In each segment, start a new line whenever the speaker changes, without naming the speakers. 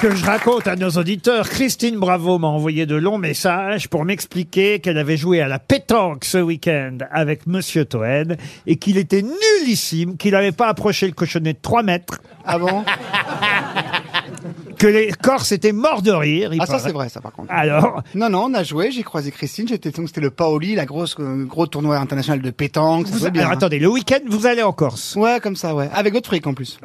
que je raconte à nos auditeurs. Christine Bravo m'a envoyé de longs messages pour m'expliquer qu'elle avait joué à la pétanque ce week-end avec Monsieur Toen et qu'il était nullissime, qu'il n'avait pas approché le cochonnet de 3 mètres. Ah bon Que les Corses étaient morts de rire. il
Ah, ça,
paraît.
c'est vrai, ça, par contre.
Alors
Non, non, on a joué, j'ai croisé Christine, j'étais, donc c'était le Paoli, la grosse, euh, gros tournoi international de pétanque, ça
Vous-
se voit bien. hein.
alors, attendez, le week-end, vous allez en Corse
Ouais, comme ça, ouais. Avec votre fric, en plus.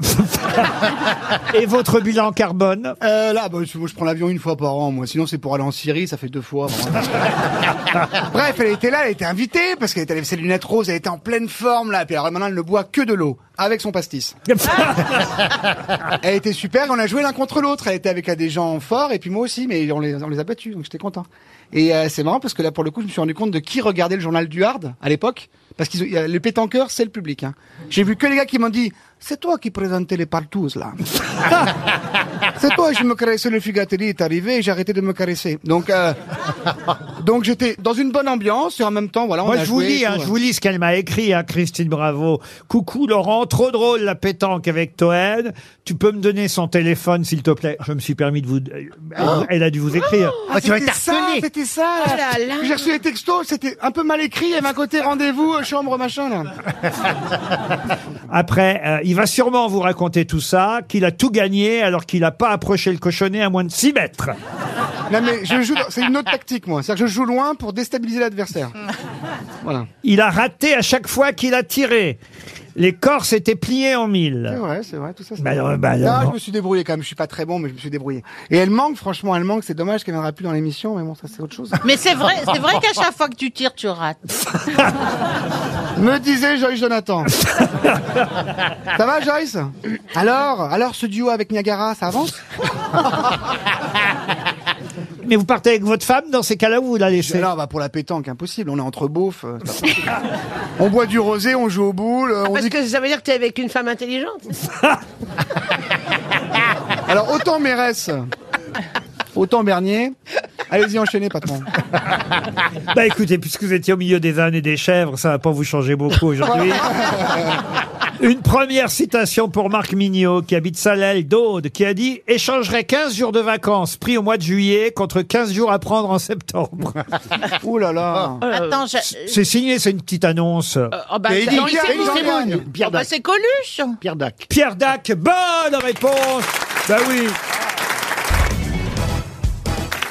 Et votre bilan carbone
Euh, là, bah, moi, je prends l'avion une fois par an, moi. Sinon, c'est pour aller en Syrie, ça fait deux fois. vraiment. Bref, elle était là, elle était invitée, parce qu'elle était avec ses lunettes roses, elle était en pleine forme, là. Puis alors, maintenant, elle ne boit que de l'eau, avec son pastis. Elle était super, on a joué l'un contre l'autre. Elle était avec euh, des gens forts, et puis moi aussi, mais on les, on les a battus, donc j'étais content. Et euh, c'est marrant, parce que là, pour le coup, je me suis rendu compte de qui regardait le journal du Hard, à l'époque. Parce que le pétanqueur, c'est le public. Hein. J'ai vu que les gars qui m'ont dit, c'est toi qui présentais les partous, là. C'est toi, je me caressais le figatelli est arrivé et j'ai arrêté de me caresser. Donc, euh, donc j'étais dans une bonne ambiance et en même temps, voilà, on
Moi,
a
je vous
joué et
lis, hein,
tout,
je
ouais.
vous lis ce qu'elle m'a écrit, hein, Christine Bravo. Coucou Laurent, trop drôle la pétanque avec Toen. Tu peux me donner son téléphone, s'il te plaît Je me suis permis de vous. Elle, elle a dû vous écrire.
Ah, c'était ça, c'était ça. Oh là. J'ai reçu les textos, c'était un peu mal écrit. Il y avait un côté rendez-vous, euh, chambre, machin. Là.
Après, euh, il va sûrement vous raconter tout ça, qu'il a tout gagné alors qu'il n'a pas approché le cochonnet à moins de 6 mètres.
Non mais je joue, dans- c'est une autre tactique moi. C'est-à-dire que je joue loin pour déstabiliser l'adversaire. Voilà.
Il a raté à chaque fois qu'il a tiré. Les Corses étaient pliés en
C'est
mille.
vrai, c'est vrai, tout ça. c'est
Bah,
vrai.
alors, bah,
Non,
alors.
je me suis débrouillé quand même. Je suis pas très bon, mais je me suis débrouillé. Et elle manque, franchement, elle manque. C'est dommage qu'elle viendra plus dans l'émission, mais bon, ça c'est autre chose.
Mais c'est vrai, c'est vrai qu'à chaque fois que tu tires, tu rates.
Me disait Joyce Jonathan. ça va, Joyce Alors, alors ce duo avec Niagara, ça avance
Mais vous partez avec votre femme dans ces cas-là où vous la
Je-
laissez
Non, bah pour la pétanque, impossible. On est entre beaufs. euh, c'est pas possible. on boit du rosé, on joue aux boules. euh, on
Parce
dit...
que ça veut dire que t'es avec une femme intelligente.
Alors autant Mérès, autant Bernier. Allez-y, enchaînez, patron.
Bah écoutez, puisque vous étiez au milieu des ânes et des chèvres, ça va pas vous changer beaucoup aujourd'hui. Une première citation pour Marc Mignot, qui habite Salel d'Aude, qui a dit « Échangerai 15 jours de vacances pris au mois de juillet contre 15 jours à prendre en septembre
Ouh là là.
Ah,
Euh, Attends, je... ».
C'est signé, c'est une petite annonce.
oh,
Et
bah, c'est-
il dit
non, il
Pierre-
s'est-
il
il s'est-
gagne.
Pierre
Oh, bah,
Dac.
c'est Coluche
Pierre Dac.
Pierre Dac, bonne réponse Bah oui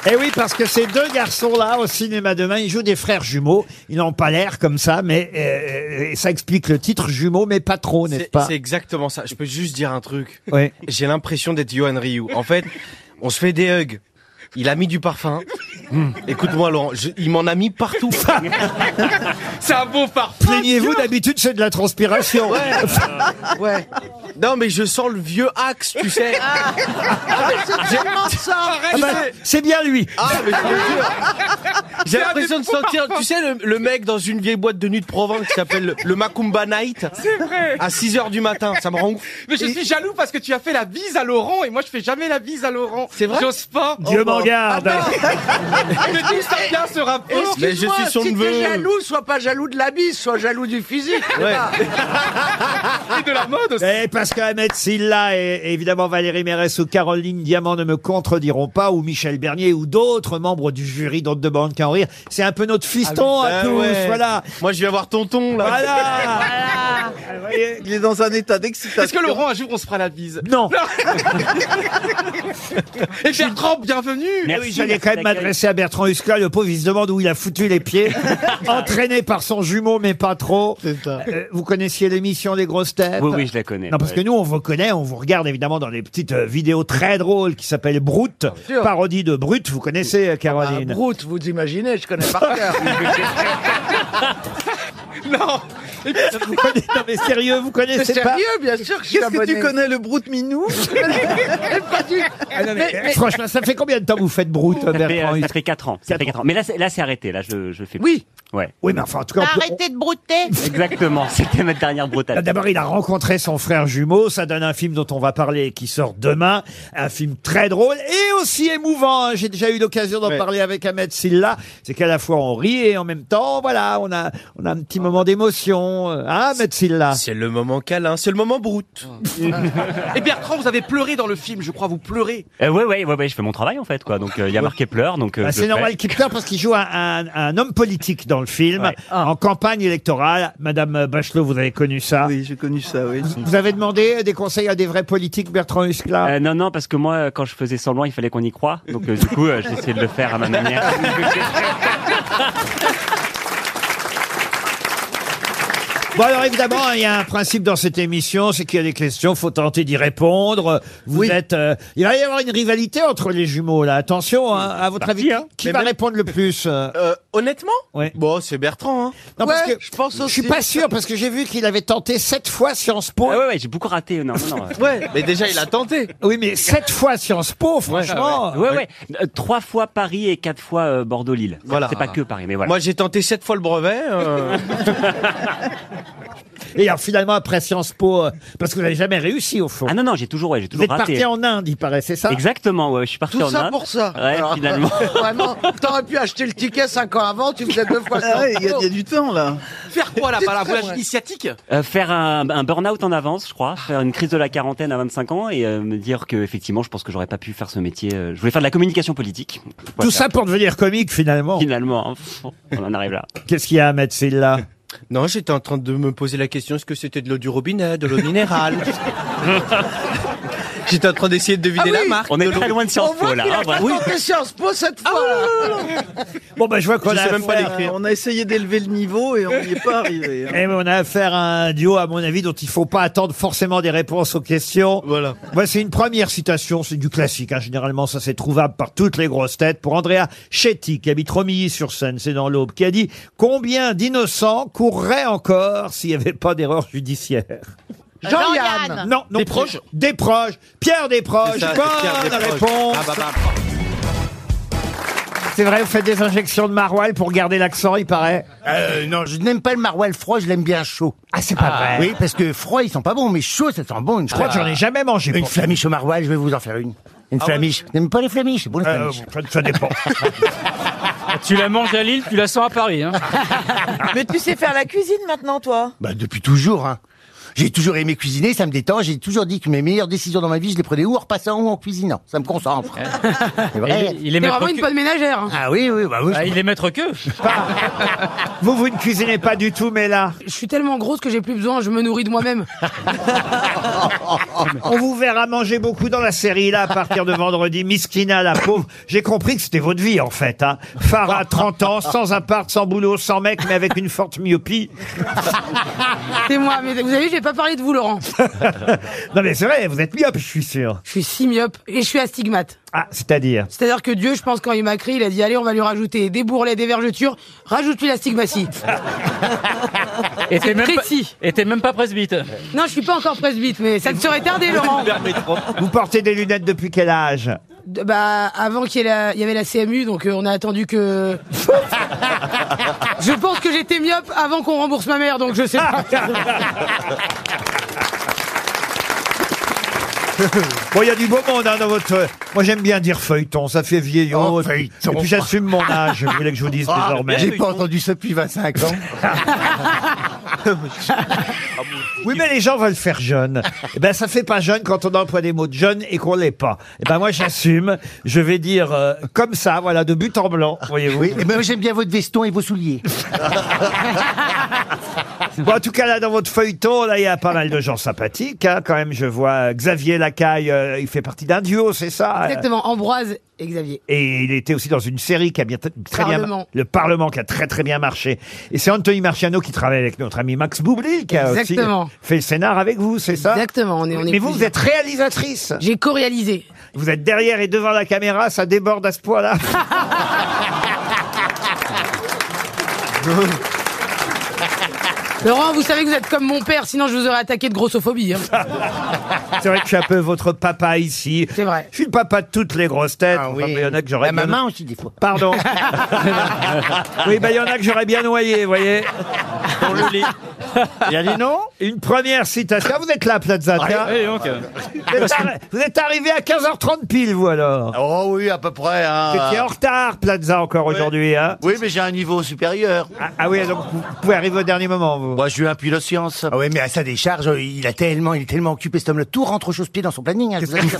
Eh oui, parce que ces deux garçons-là, au cinéma demain, ils jouent des frères jumeaux. Ils n'ont pas l'air comme ça, mais euh, ça explique le titre jumeaux, mais pas trop, n'est-ce
C'est
pas
c'est exactement ça. Je peux juste dire un truc.
Ouais.
J'ai l'impression d'être Johan Ryu. En fait, on se fait des hugs. Il a mis du parfum. Hmm. Écoute-moi, Laurent, je- il m'en a mis partout. C'est un beau parfum.
Plaignez-vous, d'habitude, c'est de la transpiration. Ah
Ouais. Non, mais je sens le vieux axe, tu sais. J'ai-
Ah
Tu
bah,
sais-
c'est bien lui.
Ah, mais je te jure. J'ai l'impression de sentir, tu sais, le, le mec dans une vieille boîte de nuit de Provence qui s'appelle le, le Macumba Night.
C'est vrai
À 6 heures du matin, ça me rend ouf.
Mais je suis jaloux parce que tu as fait la bise à Laurent et moi je fais jamais la bise à Laurent.
C'est vrai
J'ose pas.
Dieu m'en garde.
Ah ben,
Mais d'où ça vient ce rapport
Mais je suis son
si
neveu.
t'es jaloux, sois pas jaloux de la bise, sois jaloux du physique.
Ouais.
Et de la mode aussi.
Eh, parce qu'Ahmed Silla et et évidemment Valérie Mérès ou Caroline Diamant ne me contrediront pas, ou Michel Bernier ou d'autres membres du jury dont de bandes qu'à en rire. C'est un peu notre fiston à
Ah
tous,
ouais.
voilà.
Moi, je vais voir tonton, là.
Ah
Voilà. Vous voyez
Il est dans un état
Eh,
d'excitation.
Est-ce que Laurent, un jour, on se fera la bise
Non.
Et Bertrand, bienvenue
Ah oui, j'allais quand même m'adresser à Bertrand Huska, le pauvre, il se demande où il a foutu les pieds, entraîné par son jumeau, mais pas trop. Euh, vous connaissiez l'émission des grosses têtes
Oui, oui, je la connais.
Non, parce que nous, on vous connaît, on vous regarde évidemment dans les petites euh, vidéos très drôles qui s'appellent Brute, parodie de Brute, vous connaissez
bah,
euh,
Ah,
Caroline.
Brute, vous imaginez, je connais par cœur.
Non
vous connaissez, non mais sérieux, vous connaissez pas
Sérieux, bien sûr que je suis
Qu'est-ce que
abonné.
tu connais le Brout Minou
Ah non, mais, Franchement, ça fait combien de temps que vous faites Brute,
Ça fait,
Bertrand
euh, ça
Huska
fait 4 ans. Ça fait quatre ans. Mais là, c'est- là, c'est arrêté. Là, je, je fais.
Oui,
Ouais.
Oui, mais enfin, en tout cas,
T'as
on peut-
arrêté Bah, de brouter
Exactement, c'était ma dernière
Là,
brutale.
D'abord, il a rencontré son frère jumeau. Ça donne un film dont on va parler et qui sort demain. Un film très drôle et aussi émouvant. hein. J'ai déjà eu l'occasion d'en
Ouais.
parler avec Ahmed Silla. C'est qu'à la fois on rit et en même temps, voilà, on a, on a un petit moment d'émotion. Hein, Ahmed Silla
C'est le moment câlin, c'est le moment brut.
Et Eh, Bertrand, vous avez pleuré dans le film, je crois, vous pleurez.
Euh, ouais, ouais, ouais, ouais, je fais mon travail en fait, quoi. Donc euh, il y a marqué pleurs, donc. euh,
Bah,
je
c'est
le
normal
fais.
qu'il pleure parce qu'il joue un, un- un homme politique dans le film,
Ouais.
en campagne électorale. Madame Bachelot, vous avez connu
Ah.
ça.
Oui, j'ai connu ça, oui.
Vous avez demandé des conseils à des vrais politiques, Bertrand Huskla
Euh, non, non, parce que moi, euh, quand je faisais semblant, il fallait qu'on y croie. Donc euh, du coup, euh, j'ai essayé de le faire à ma manière. Ah,
Bon alors évidemment, il y a un principe dans cette émission, c'est qu'il y a des questions, faut tenter d'y répondre. Vous êtes, euh, il va y avoir une rivalité entre les jumeaux là. Attention, hein, à votre avis, qui
Mais
va
même-
répondre le plus euh
Euh, honnêtement
Ouais.
Bon, c'est Bertrand. Hein.
Non parce que
je pense
je suis pas sûr parce que j'ai vu qu'il avait tenté sept fois Sciences Po.
Ah ouais, ouais, j'ai beaucoup raté. Non, non, non. euh.
Ouais, mais déjà il a tenté.
Oui, mais sept fois Sciences Po, franchement.
Ouais, ouais. Euh, trois fois Paris et quatre fois euh, Bordeaux-Lille.
Voilà.
C'est pas que Paris, mais voilà.
Moi j'ai tenté sept fois le brevet. euh,
Et alors finalement après Sciences Po, euh, parce que vous n'avez jamais réussi au fond.
ah non, non, j'ai toujours, ouais, j'ai
vous
toujours
êtes
raté.
parti en Inde, il paraît, c'est ça
Exactement, ouais, je suis parti
Tout
en
ça
Inde.
pour ça.
Ouais, finalement.
Vraiment, t'aurais pu acheter le ticket 5 ans avant, tu faisais deux fois
Ah
ça.
ouais, il y, a- il y a du temps, là.
Faire quoi là-bas, là
très
Voyage
vrai.
initiatique
Euh, faire un, un burn-out en avance, je crois, faire une crise de la quarantaine à 25 ans et euh, me dire que effectivement, je pense que j'aurais pas pu faire ce métier. euh, je voulais faire de la communication politique.
Tout
Voilà.
ça pour devenir comique finalement.
Finalement, hein, on en arrive là.
Qu'est-ce qu'il y a à mettre là
Non, j'étais en train de me poser la question est-ce que c'était de l'eau du robinet, de l'eau minérale J'étais en train d'essayer de deviner
Ah
la
oui.
marque.
On
de
est
l'eau.
très loin de
On
Sciences Po
voit
là.
qu'il
hein,
a pas
voilà.
tenté Sciences Po cette fois. là.
Bon bah je vois qu'on
Je
a
sais même pas
affaire-
l'écrire.
On a essayé d'élever le niveau et on n'y est pas arrivé. hein.
Eh ben, on a affaire à un duo, à mon avis, dont il faut pas attendre forcément des réponses aux questions.
Voilà.
Voici une première citation, c'est du classique. hein. Généralement, ça c'est trouvable par toutes les grosses têtes. Pour Andrea Chetty, qui habite Romilly-sur-Seine, c'est dans l'Aube, qui a dit « Combien d'innocents courraient encore s'il n'y avait pas d'erreur judiciaire
Jean-Yann.
Jean-Yann. ?»
Non, non.
Des proches
Des proches. Pierre Desproges.
C'est ça,
Bonne
c'est Pierre Desproges.
réponse.
Ah, bah, bah.
C'est vrai, vous faites des injections de maroilles pour garder l'accent, il paraît.
Bah.
Euh, non, je n'aime pas le maroilles froid, je l'aime bien chaud.
Ah, c'est pas vrai.
Oui, parce que froid, ils sont pas bons, mais chaud, ça sent bon. Une
Ah,
Je crois que j'en ai jamais mangé.
Une
pour-
flamiche au maroilles, je vais vous en faire une. Une flamiche. N'aime pas les flamiches, c'est bon les
Ah,
Euh,
flamiches.
ça- ça dépend.
Tu la manges à Lille, tu la sens à Paris. Hein.
Mais tu sais faire la cuisine maintenant, toi
Bah, depuis toujours, hein. J'ai toujours aimé cuisiner, ça me détend. J'ai toujours dit que mes meilleures décisions dans ma vie, je les prenais ou en repassant ou en cuisinant. Ça me concentre. C'est vrai.
Eh. Il est maître queue.
bonne ménagère.
Ah oui, oui, bah oui.
Ah, il est maître queue.
vous, vous ne cuisinez pas du tout, mais là...
Je suis tellement grosse que j'ai plus besoin, je me nourris de moi-même.
On vous verra manger beaucoup dans la série là à partir de vendredi. Miskina la pauvre. J'ai compris que c'était votre vie en fait. Hein. Farah, 30 ans, sans appart, sans boulot, sans mec, mais avec une forte myopie.
C'est moi, mais vous avez vu, je vais pas parlé de vous, Laurent.
Non mais c'est vrai, vous êtes myope, je suis sûr.
Je suis si myope et je suis astigmate.
Ah, c'est-à-dire
C'est-à-dire que Dieu, je pense, quand il m'a créé, il a dit allez, on va lui rajouter des bourrelets, des vergetures, rajoute-lui la stigmatie.
Et t'es même, pas-
Précis.
et t'es même pas presbyte.
Non, je suis pas encore presbyte, mais ça ne serait tardé, Laurent.
Vous portez des lunettes depuis quel âge
De- Bah, avant qu'il y, ait la- il y avait la CMU, donc euh, on a attendu que. je pense que j'étais myope avant qu'on rembourse ma mère, donc je sais pas.
Bon, il y a du beau monde hein, dans votre... euh, Moi j'aime bien dire feuilleton, ça fait vieillot.
Oh,
Et puis-
feuilleton. Ah,
Et puis j'assume mon âge, vous voulez que je vous dise désormais.
J'ai pas entendu ça depuis 25 ans.
Oui, mais les gens veulent faire jeune. Eh ben, ça fait pas jeune quand on emploie des mots de jeune et qu'on l'est pas. Eh ben, moi, j'assume. Je vais dire euh, comme ça, voilà, de but en blanc, voyez-vous.
Oui, et ben j'aime bien votre veston et vos souliers.
Bon, en tout cas, là, dans votre feuilleton, là, il y a pas mal de gens sympathiques. hein. Quand même, je vois euh, Xavier Lacaille, euh, il fait partie d'un duo, c'est ça hein.
Exactement, Ambroise et Xavier.
Et il était aussi dans une série qui a bien très bien
Parlement.
le Parlement qui a très très bien marché. Et c'est Anthony Marciano qui travaille avec notre ami Max Boublil qui a aussi
Exactement.
fait le scénar avec vous, c'est ça
Exactement, on est, on est
Ah. Mais vous, vous
plusieurs.
êtes réalisatrice.
J'ai co-réalisé.
Vous êtes derrière et devant la caméra, ça déborde à ce point-là.
Laurent, vous savez que vous êtes comme mon père, sinon je vous aurais attaqué de grossophobie.
Ah.
hein.
C'est vrai que je suis un peu votre papa ici. C'est
vrai.
Je suis le papa de toutes les grosses têtes. Enfin, mais il y en a que j'aurais
Ah La
bien-
maman aussi, des fois.
Pardon. oui, bah, il y en a que j'aurais bien noyé, vous voyez. Pour le lit. Il a dit non Une première citation. Ah, Vous êtes là, Plaza. tiens.
Eh, donc, euh,
Vous êtes arri- vous êtes arrivé à 15h30 pile, vous alors.
Oh oui, à peu près. Hein.
Vous étiez en retard, Plaza, encore aujourd'hui. Hein.
Oui, mais j'ai un niveau supérieur.
Ah, ah oui, donc vous pouvez arriver au dernier moment, vous.
Moi, je suis un puits de science.
Ah ouais, mais à sa décharge, euh, il a tellement, il est tellement occupé, cet homme-là, tout rentre chausse-pied dans son planning. hein, je vous assure.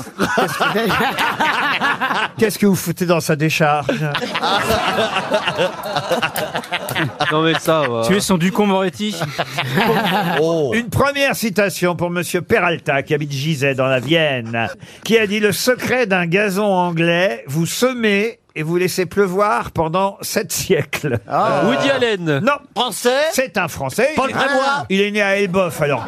Qu'est-ce que vous foutez dans sa décharge
non, mais ça va. Oh. Tu es son Ducon Moretti.
Une première citation pour Monsieur Peralta, qui habite Gizet dans la Vienne, qui a dit Le secret d'un gazon anglais, vous semez et vous laissez pleuvoir pendant sept siècles.
Ah. Woody Allen.
Non,
Français
c'est un Français.
Paul
Il est-
Prébois.
Il est né à Elbeuf, alors.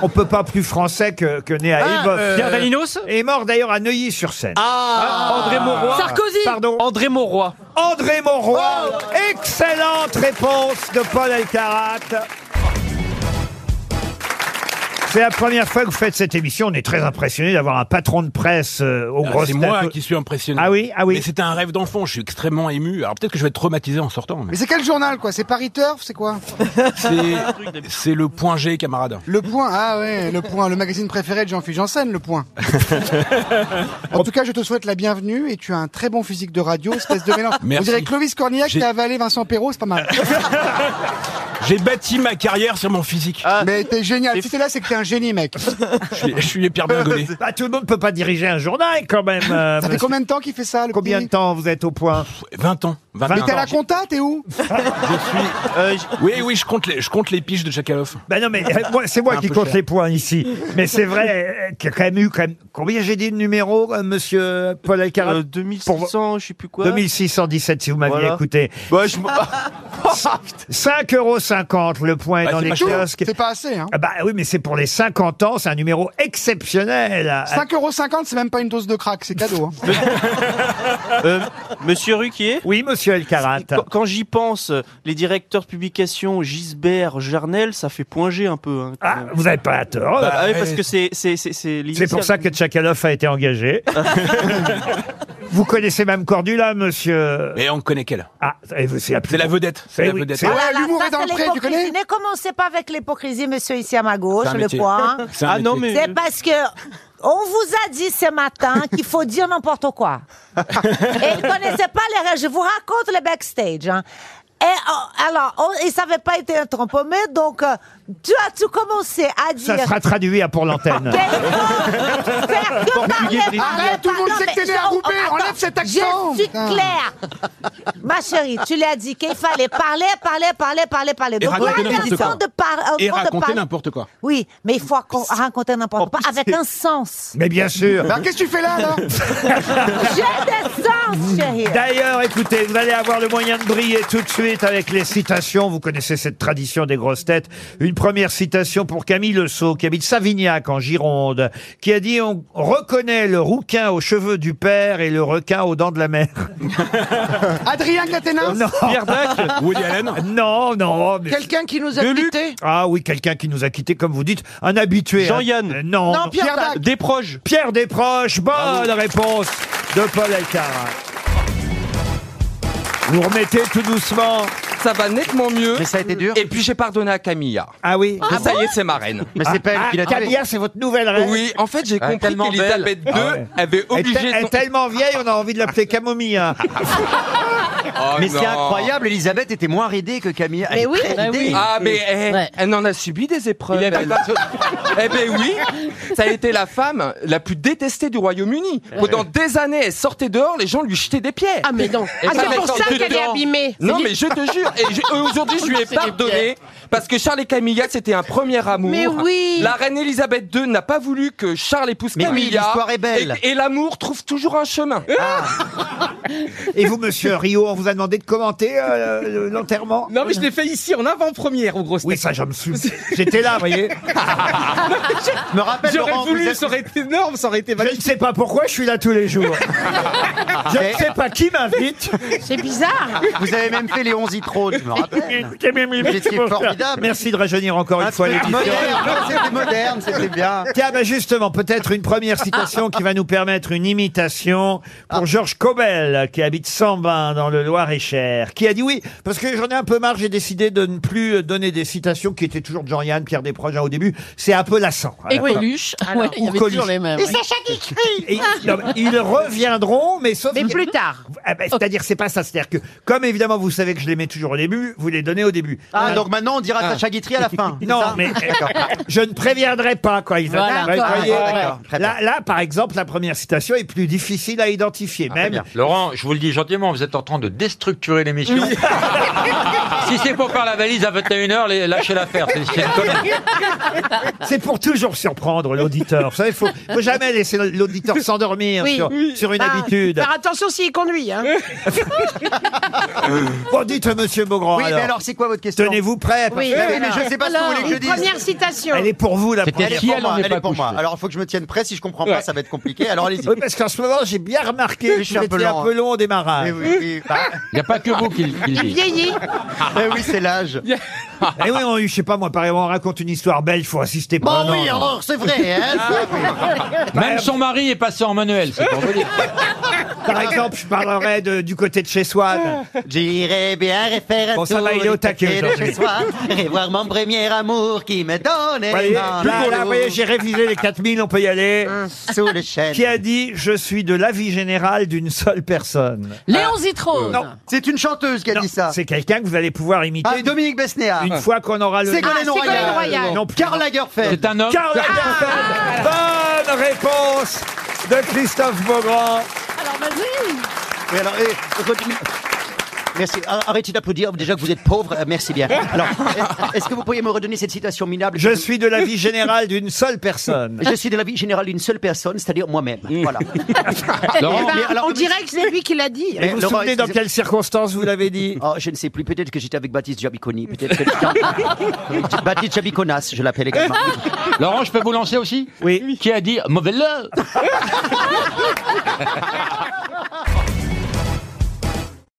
On peut pas plus français que, que né à
Ah,
Elbeuf.
euh,
Pierre Dalinos
Et est mort d'ailleurs à Neuilly-sur-Seine.
Ah,
André Mauroy.
Sarkozy
Pardon
André Mauroy.
André Monroy.
Oh.
Excellente réponse de Paul Alcarat. C'est la première fois que vous faites cette émission. On est très impressionné d'avoir un patron de presse euh, aux
Ah,
grosses
C'est moi
têtes.
qui suis impressionné.
Ah oui, ah oui.
Mais c'était un rêve d'enfant, je suis extrêmement ému. Alors peut-être que je vais être traumatisé en sortant. mais
Mais c'est quel journal, quoi C'est Paris Turf, c'est quoi
c'est- C'est le point G, camarade.
Le Point, ah ouais, Le Point, le magazine préféré de Jean-Philippe Janssen, Le Point. en tout cas, je te souhaite la bienvenue et tu as un très bon physique de radio, espèce de mélange.
Merci.
On dirait Clovis Cornillac
J'ai-
qui a avalé Vincent Perrault, c'est pas mal.
J'ai bâti ma carrière sur mon physique.
Ah.
Mais t'es génial. Si t'es là, c'est que t'es un génie, mec.
Je suis- Je suis les Pierre Bergolet.
Bah, tout le monde peut pas diriger un journal quand même. euh,
Ça fait
monsieur.
combien de temps qu'il fait ça, le
Combien de
petit
temps vous êtes au point
20 ans. 20
Mais
ans.
t'es à la compta, t'es où
Oui, oui, je compte les, je compte les piges de Tchakalov.
Ben non, mais euh, moi, c'est moi
Un
qui
peu
compte
cher.
les points ici. Mais c'est vrai euh, qu'il y a quand même eu quand même... combien j'ai dit de numéros, euh, Monsieur Paul Alcarat
Euh, 2600, je sais plus quoi.
2617 si vous m'aviez
Voilà.
écouté.
Bah, je... m-
5,50 euros le point
Bah,
dans
c'est
les
pas cher.
kiosques.
C'est pas assez, hein.
Ah bah oui, mais c'est pour les 50 ans, c'est un numéro exceptionnel. Ah,
5,50€, c'est même pas une dose de crack, c'est cadeau. hein.
Euh, monsieur Ruquier
Oui, monsieur Elkarat.
Quand, quand j'y pense, les directeurs publications Gisbert, Jarnel, ça fait point G un peu. hein, quand
Ah,
même.
vous n'avez pas tort.
Bah, ah oui,
ouais.
parce que c'est c'est c'est c'est
C'est pour ça que Tchakalov a été engagé. vous connaissez même Cordula, monsieur
Mais on connaît qu'elle.
Ah, et vous- c'est la plus...
C'est la vedette. C'est
Eh
la
oui,
vedette.
c'est-
Ah ouais, l'humour
ça,
est dans
c'est
le pré, tu
l'hypocrisie.
connais
Ne commencez pas avec l'hypocrisie, monsieur, ici à ma gauche,
C'est un
le
métier.
point.
C'est un
Ah non,
métier.
mais-
C'est parce que on vous a dit ce matin qu'il faut dire n'importe quoi. Et ils connaissaient pas les règles. Je vous raconte le backstage. hein. Et euh, alors, on- ils savaient pas été trompomé, donc euh, tu as tout commencé à dire.
Ça sera traduit à pour l'antenne.
Ah.
qu'il
Ah,
faut faire que parler, parler, parler.
Arrête, tout le monde
Non,
sait que
mais
t'es né à
je-
Roubaix,
attends,
enlève cet accent, Ah.
Je suis
putain.
claire. Ma chérie, tu lui as dit qu'il fallait parler, parler, parler, parler, parler.
Et
Donc,
raconter
là,
n'importe
en
quoi.
temps de par- en
Et
temps de
raconter
parler-
n'importe quoi.
oui, mais il faut raco- raconter n'importe
Oh,
quoi avec un sens.
Mais bien sûr.
Alors Bah, qu'est-ce que tu fais là, alors
J'ai des sens, chérie.
D'ailleurs, écoutez, vous allez avoir le moyen de briller tout de suite avec les citations. Vous connaissez cette tradition des grosses têtes. Une première citation pour Camille Le Sceau, qui habite Savignac, en Gironde, qui a dit « On reconnaît le rouquin aux cheveux du père et le requin aux dents de la mère
Adrien Caténin
Non,
Pierre Dac,
Woody Allen.
non, non. mais-
Quelqu'un qui nous a
Gueuluc.
quittés
Ah oui, quelqu'un qui nous a quittés, comme vous dites, un habitué.
Jean-Yann.
hein. Non, non.
Pierre Dac.
des proches.
Pierre Desproches, bonne réponse de Paul Alcarat. Vous remettez tout doucement.
Ça va nettement mieux.
Mais ça a été dur.
Et puis j'ai pardonné à Camilla.
Ah Bah oui.
Mais ça y est, c'est ma reine.
Mais c'est pas elle qui l'a tué.
Camilla, c'est votre nouvelle reine.
Oui, en fait, j'ai
Ah,
compris
tellement
qu'Elisabeth II
Ah ouais.
avait
Elle, est te-
obligé
elle est
son...
tellement vieille, on a envie de l'appeler Camomille. hein.
Oh
Mais c'est
non.
incroyable, Elisabeth était moins ridée que Camille. Elle
Mais
est
oui.
très
Bah
ridée.
Ah, mais eh,
Ouais.
elle en a subi des épreuves. elle. eh ben oui, ça a été la femme la plus détestée du Royaume-Uni. Pendant des années, elle sortait dehors, les gens lui jetaient des pierres.
Ah mais non
Et
Ah
ça,
c'est pour
maintenant,
ça qu'elle est
dedans.
abîmée
Non mais je te jure, et je- euh, aujourd'hui je lui ai pardonné parce que Charles et Camilla c'était un premier amour.
Mais oui.
La reine Elisabeth II n'a pas voulu que Charles épouse
Mais oui,
Camilla.
l'histoire est belle.
Et, et l'amour trouve toujours un chemin.
Et vous, monsieur Rio, on vous a a demandé de commenter euh, le- l'enterrement
Non, mais je l'ai fait ici en avant-première au gros
Oui, ça, j'en me souviens. J'étais là, vous voyez.
Je
me rappelle,
J'aurais
Laurent, vous
voulu,
êtes-
ça aurait été énorme, ça aurait été
Je ne sais pas pourquoi je suis là tous les jours. Je ne sais pas qui m'invite.
C'est bizarre.
Vous avez même fait les 11 Itro, je me rappelle.
Écoutez, mais- mais-
Vous étiez
merci beaucoup.
formidable.
Merci de rajeunir encore une fois
truc
l'émission.
moderne, c'était moderne, c'était bien.
Tiens, ben justement, peut-être une première citation qui va nous permettre une imitation pour Georges Cobel, qui habite Sambin, dans le Loir-et-Cher, qui a dit oui, parce que j'en ai un peu marre, j'ai décidé de ne plus euh, donner des citations qui étaient toujours de Jean-Yann, Pierre Desproges hein, au début. C'est un peu lassant. hein,
Et
Voilà.
Coluche.
Alors,
Ouais, il y
ou
avait toujours les mêmes.
Et
oui.
Sacha Et- non, mais ils reviendront, mais sauf mais plus tard. c'est-à-dire, c'est pas ça. C'est-à-dire que, comme évidemment, vous savez que je les mets toujours au début, vous les donnez au début.
Ah, donc maintenant, on dira Sacha Guitry à la fin, c'est
Non,
ça
mais euh,
D'accord.
je ne préviendrai pas quoi. Ils
Voilà.
vous
D'accord.
voyez,
Ah, d'accord. Très
là, là, par exemple, la première citation est plus difficile à identifier,
Ah,
même.
Laurent, je vous le dis gentiment, vous êtes en train de déstructurer l'émission. si c'est pour faire la valise à 21h, les- lâchez l'affaire. C'est c'est une connerie.
C'est pour toujours surprendre l'auditeur. Vous savez, faut, faut jamais laisser l'auditeur s'endormir
Oui.
sur, sur une
Ah,
Bah,
habitude.
Faire attention s'il conduit. Hein.
Bon, Oh, dites Monsieur Beaugrand.
Oui, mais alors, c'est quoi votre question
Tenez-vous prêt. parce
Eh
Bah Oui,
que-
mais je sais pas ce que vous voulez que je dise.
citation.
Elle est pour vous la première.
Elle est pour moi, elle est pour moi. Alors, il faut que je me tienne prêt. Si je comprends pas, ça va être compliqué. Alors, allez-y.
Oui, parce qu'en ce moment, j'ai bien remarqué que
je suis
vous
un peu
étiez
lent,
un peu long au démarrage.
Eh oui, oui, bah.
Il n'y a pas que vous qui le qui le dites.
Eh oui, c'est l'âge.
Ah,
Eh oui, on, je sais pas, moi, par exemple, on raconte une histoire belle, il faut insister
Bon, Bah
pendant.
oui, alors, c'est vrai, hein.
Même son mari est passé en manuel, c'est pour vous dire.
Par exemple, je parlerais de- du côté de chez Swan.
Ah.
J'irai bien refaire un
Bon, ça
tour
va, il est au taquet
café de
aujourd'hui.
chez soi, et voir mon premier amour qui me donne
Vous voyez, là, là, vous voyez, j'ai révisé les 4000, on peut y aller.
Sous les chaînes.
Qui a dit Je suis de l'avis général d'une seule personne
Eh ben,
Léon Zitrone.
Non.
C'est une chanteuse qui a dit ça.
C'est quelqu'un que vous allez pouvoir imiter.
Ah, Dominique Besnéard.
Une fois qu'on aura le.
Ségolène Ah, Royal. Ségolène Royal.
Non plus.
Karl Lagerfeld.
C'est
Ah.
un homme.
Karl Lagerfeld. Bonne réponse de Christophe Beaugrand.
Alors vas-y.
Oui, alors, eh, continue. Merci. Ar- Arrêtez d'applaudir. Déjà que vous êtes pauvre, euh, merci bien. Alors, est- est-ce que vous pourriez me redonner cette citation minable
Je suis de l'avis général d'une seule personne.
Je suis de la vie générale d'une seule personne, c'est-à-dire moi-même. Voilà.
Laurent.
Mais alors,
on dirait que c'est lui qui l'a dit.
Et vous vous
Laurent,
souvenez dans
excusez-
quelles circonstances vous l'avez dit
Oh, je ne sais plus. Peut-être que j'étais avec Baptiste Jabiconi. Peut-être que. Baptiste Jabiconas, je l'appelle également.
Laurent, je peux vous lancer aussi
Oui.
Qui a dit mauvais là